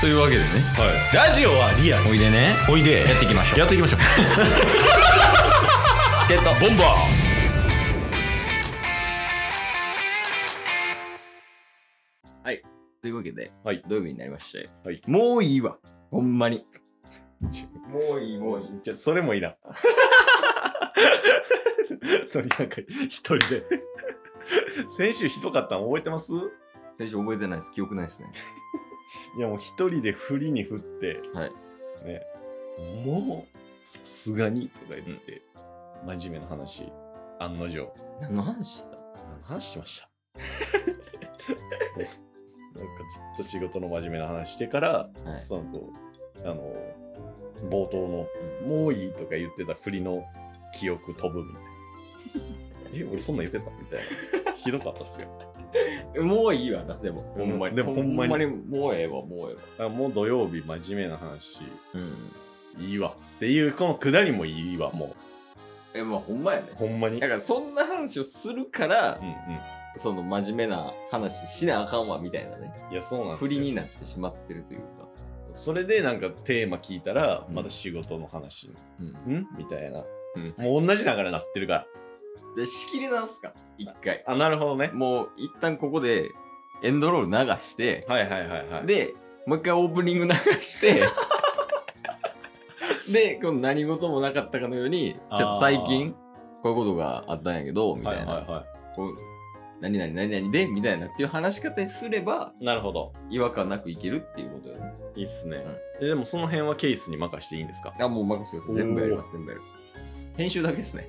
というわけでねラジオはリアルおいでねおいでやっていきましょうやっていきましょうチケットボンバーはいというわけで、はい土曜日になりましたよ、はいもういいわほんまにもういいもういいじゃあそれもいいな それなんか一人で先週ひどかったん覚えてますい最初覚えてないです記憶ないですねやもう一人で振りに振ってはいねもうさすがにとか言って、真面目な話案の定何の話した何の話してました なんかずっと仕事の真面目な話してから、はいその後あの冒頭の「もういい」とか言ってた振りの記憶飛ぶみたいな 「え俺そんなん言ってた?」みたいなひどかったっすよえもういいわなでもほうんんまにでもほんまにもうええわもうええわあもう土曜日真面目な話うんいいわっていうこのくだりもいいわもえまあほんまやねうほんまにだからそんな話をするから、うんうその真面目な話しなあかんわみたいなねんいやそうなんです振りよになってしまってるというか、それでなんかテーマ聞いたらうんまた仕事の話にうんんみたいな、うんもう同じ流れになってるからで仕切り直すか一回あなるほどねもう一旦ここでエンドロール流して、はいはいはいはいでもう一回オープニング流して でこの何事もなかったかのようにちょっと最近こういうことがあったんやけどみたいな、はいはいはこう何々何々でみたいなっていう話し方にすればいなるほど違和感なくいけるっていうことよねいいっすね、うんえでもその辺はケースに任していいんですかあ、もう任せてください。全部やります、全部やります。編集だけですね。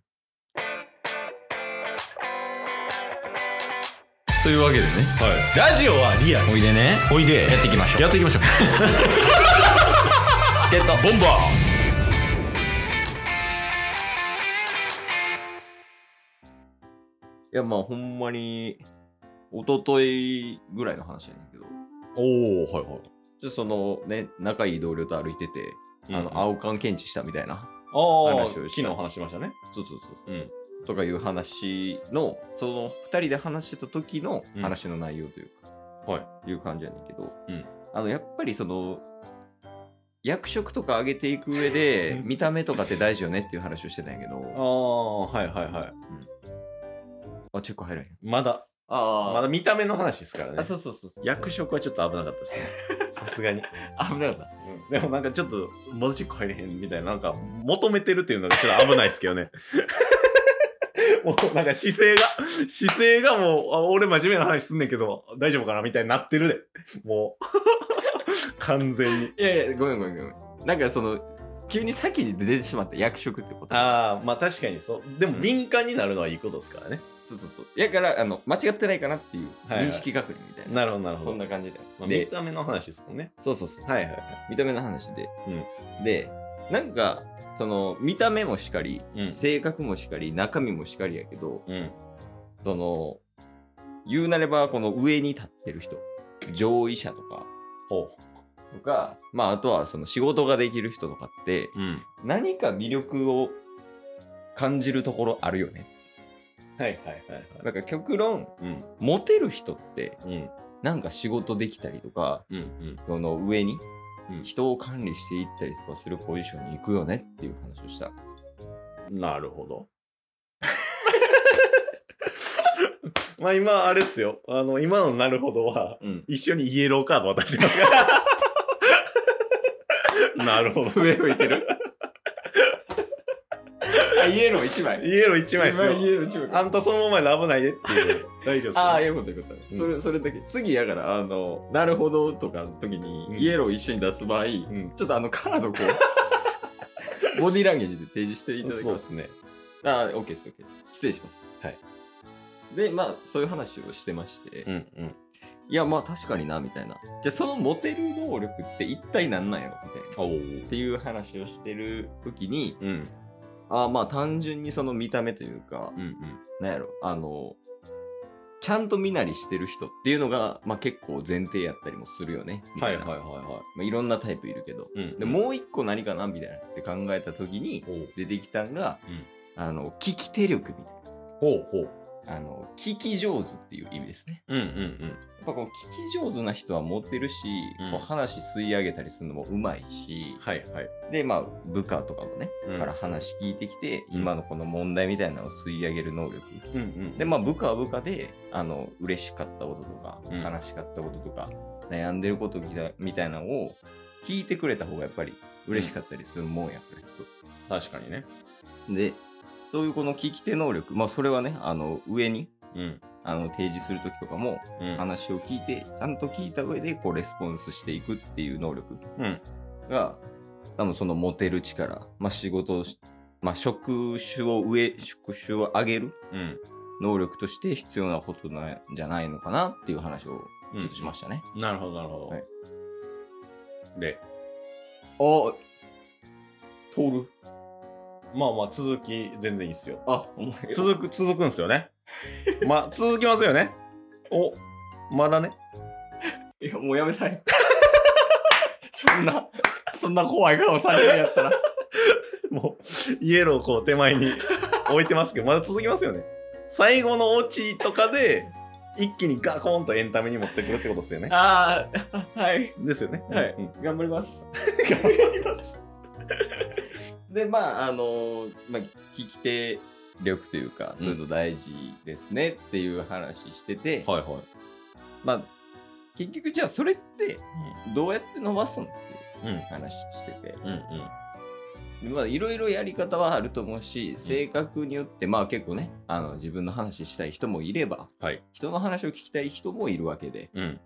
というわけでね、はいラジオはリアル。おいでね。おいでやっていきましょう。やっていきましょうチケット、ボンバーいや、まあ、ほんまに、一昨日ぐらいの話やねんけど、おおはいはいちょそのね、仲いい同僚と歩いてて、あの、あ青缶検知したみたいな、あ話昨をし日た話しましたねそうそうそう、うんとかいう話の、その2人で話してた時のうん話の内容というか、、はいう感じやねんけど、うんあの、やっぱりその、役職とか上げていく上で、 うん見た目とかって大事よねっていう話をしてたんやけど、ああはいはいはいあ、チェック入らへん。まだあまだ見た目の話ですからねあ、そうそうそうそう。役職はちょっと危なかったですね さすがに、危なかった。うんでもなんかちょっともうちょっと入れへんみたいななんか求めてるっていうのがちょっと危ないですけどね もうなんか姿勢が姿勢がもうあ俺真面目な話すんねんけど大丈夫かなみたいになってるでもう 完全にいやいや、ごめんごめんごめん。なんかその、急に先に出てしまった役職ってこと。ああまあ確かにそうでも敏感になるのはいいことですからね、そうそうそう。やから、あの、間違ってないかなっていうはいはい認識確認みたいな。なるほどなるほどそんな感じで。まあ、見で、た目の話ですもんねそうそうそう。はいはいは見た目の話で。で、なんか、その、見た目もしかり、いうん性格もしかり、中身もしかりやけど、うんその、言うなれば、この上に立ってる人、上位者とか、ほとか、まあ、あとはその仕事ができる人とかって、ううん何か魅力を感じるところあるよね。はいはいはいはいなんか極論、うんモテる人って、うんなんか仕事できたりとか、うんうんその上にうん人を管理していったりとかするポジションに行くよねっていう話をした。なるほど。 まあ今、あれっすよ。あの、今のなるほどは、うん。一緒にイエローカード渡します から。なるほど。上向いてるあ、イエロー1枚。イエロー1枚っ今イすエよ。ロー1枚か。あんたそのままで危ないでっていう。大丈夫っすよ。ああ、よかったよかった。うんそれ、それだけ。次、やから、あの、なるほどとかの時に、うんイエロー一緒に出す場合、ちょうん。っとあのカードこ う、ボディーランゲージで提示していただきそうまっす。すね。ああ、OK です、OK です。失礼しました。はい。で、まあ、そういう話をしてまして、うんうん。いや、まあ確かにな、みたいな。じゃあ、そのモテる能力って一体何なんやろみたいな。おお。っていう話をしてる時に、うん。あまあ単純にその見た目というか、うんなんやろ、あの、ちゃんと身なりしてる人っていうのが、まあ、結構前提やったりもするよね。うみん。たはいいなはいはいはまあ、いろんなタイプいるけど。い。うんでもう一個何かなみたいなって考えた時にほう出てきたんが、うんあの聞き手力みたいほうほう。なあの聞き上手っていう意味ですねうんうんやっぱこう聞き上手な人はモテるし、うんこう話吸い上げたりするのもうまいしうん。はいはい。でまあ部下とかもね、うんから話聞いてきて、うん今のこの問題みたいなのを吸い上げる能力、うんうんでまあ部下は部下であの嬉しかったこととかうん悲しかったこととか、悩んでることみたいみたいなのを聞いてくれた方がやっぱり嬉しかったりするもんやから、確かにね。で、そういうこの聞き手能力、まあそれはね、あの上にうん。あの提示するときとかもうん。話を聞いて、ちゃんと聞いた上でこうレスポンスしていくっていう能力うん。が、多分そのモテる力、まあ仕事をし、まあ職種を上、職種を上げるうん。能力として必要なことなんじゃないのかなっていう話をちょっとしましたね。なるほどなるほど。はいで、あ通るまあまあ続き全然いいっすよ。あ、お前続く、続くんですよね。ま、続きますよね。 お、まだね。いや、もうやめたい。 そんな、そんな怖い顔されるやったら。もう、イエローこう手前に置いてますけど、まだ続きますよね。最後のオチとかで、一気にガコンとエンタメに持ってくるってことですよね。 ああ、はい。ですよね。はいうん頑張り ます。頑張ります。 で、まあ、あのまあ、聞き手力というか、そういうの大事ですねっていう話してて、はいはい。まあ、結局じゃあそれってどうやって伸ばすのっていううん。うん。話してて、うん。でまあ、いろいろやり方はあると思うし、性格によって、まあ結構ね、あの、自分の話したい人もいれば、はい人の話を聞きたい人もいるわけで、うん。うん。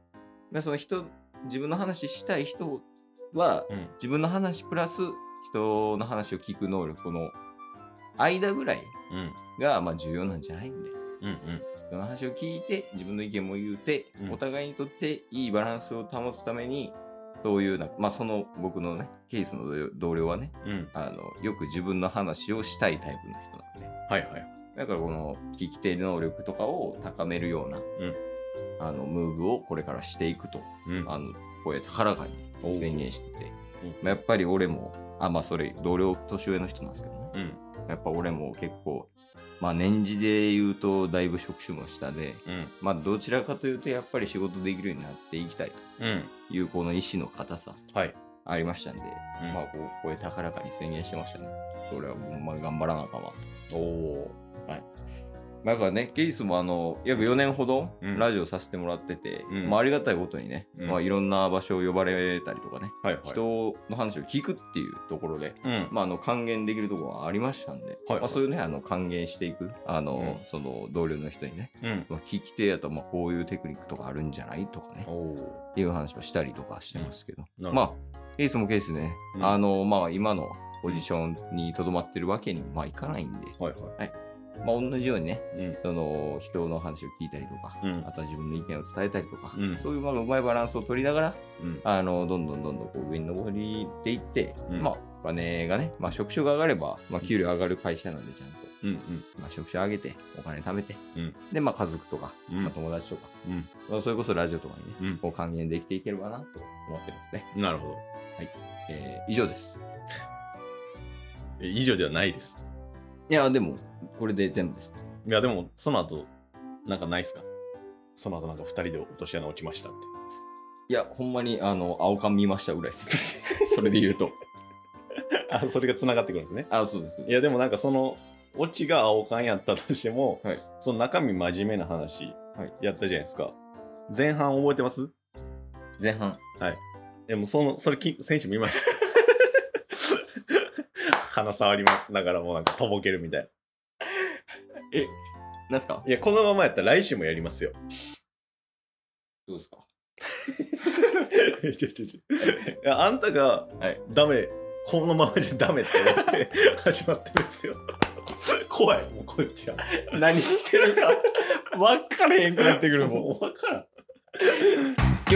まあ、その人自分の話したい人はうん。自分の話プラス人の話を聞く能力この間ぐらいうん。がまあ重要なんじゃないんでうん。うん。人の話を聞いて自分の意見も言うて、うんお互いにとっていいバランスを保つためにそういうなまあその僕のねケースの同僚同僚はねうん。あのよく自分の話をしたいタイプの人なんではいはい。だからこの聞き手能力とかを高めるような、んあのムーブをこれからしていくとうん。あのこうやって腹かに宣言してて、おうまあ、やっぱり俺もあまあそれ同僚年上の人なんですけどねうん。やっぱ俺も結構まあ年次で言うとだいぶ職種も下でうん。まあどちらかというとやっぱり仕事できるようになっていきたいうん。というこの意志の硬さはい。ありましたんで、うんまあこうこれ高らかに宣言してましたね俺はもうまあ頑張らなあかんわおおまあだからね、ケイスもあの約4年ほどうんラジオさせてもらってて、うんまあ、ありがたいことにね、うんまあ、いろんな場所を呼ばれたりとかね、ー。はいはい。人の話を聞くっていうところで、うん。まあ、あの還元できるところはありましたんで、はいまあ、そういうねあの還元していくあの、うその同僚の人にね、うん。まあ、聞き手やとまあこういうテクニックとかあるんじゃないとかねおお。いう話をしたりとかしてますけど、なるほどまあケースもケースでね、うんあのまあ、今のポジションにとどまってるわけにもまあいかないんで、はいはまあ、同じようにねい。うん。その人の話を聞いたりとか、うんあとは自分の意見を伝えたりとか、うんそういうまあうまいバランスを取りながらうん。あのどんどんどんどんこう上に上りっていって、うんまあお金がね、まあ、職種が上がれば、まあ、給料上がる会社なんでちゃんと、うん。うん。まあ、職種上げてお金貯めて、うんで、まあ、家族とか、うんまあ、友達とか、うんまあそれこそラジオとかにね、うんこう還元できていければなと思ってますね、なるほど。えー以上ですえ以上ではないです。いやでもこれで全部ですねいや、でも、その後、なんかないっすかその後、なんか二人で落とし穴落ちましたって。いやほんまにあの青缶見ましたぐらいです それで 言うとあ、それが繋がってくるんですね。あそうですいや、でもなんかその、オチが青缶やったとしても、はいその中身真面目な話はい、やったじゃないですか。前半覚えてます前半でも、その、それき、選手見ました。 鼻触りながらもうなんかとぼけるみたいなな。んすかいや、このままやったら来週もやりま すよ。そうですかちょちょちょいやあんたが、はいダメこのままじゃダメって思って 始まってるんですよ怖いもうこっちは 何してるか分かれへんくなってくるもんもう分からん今日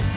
す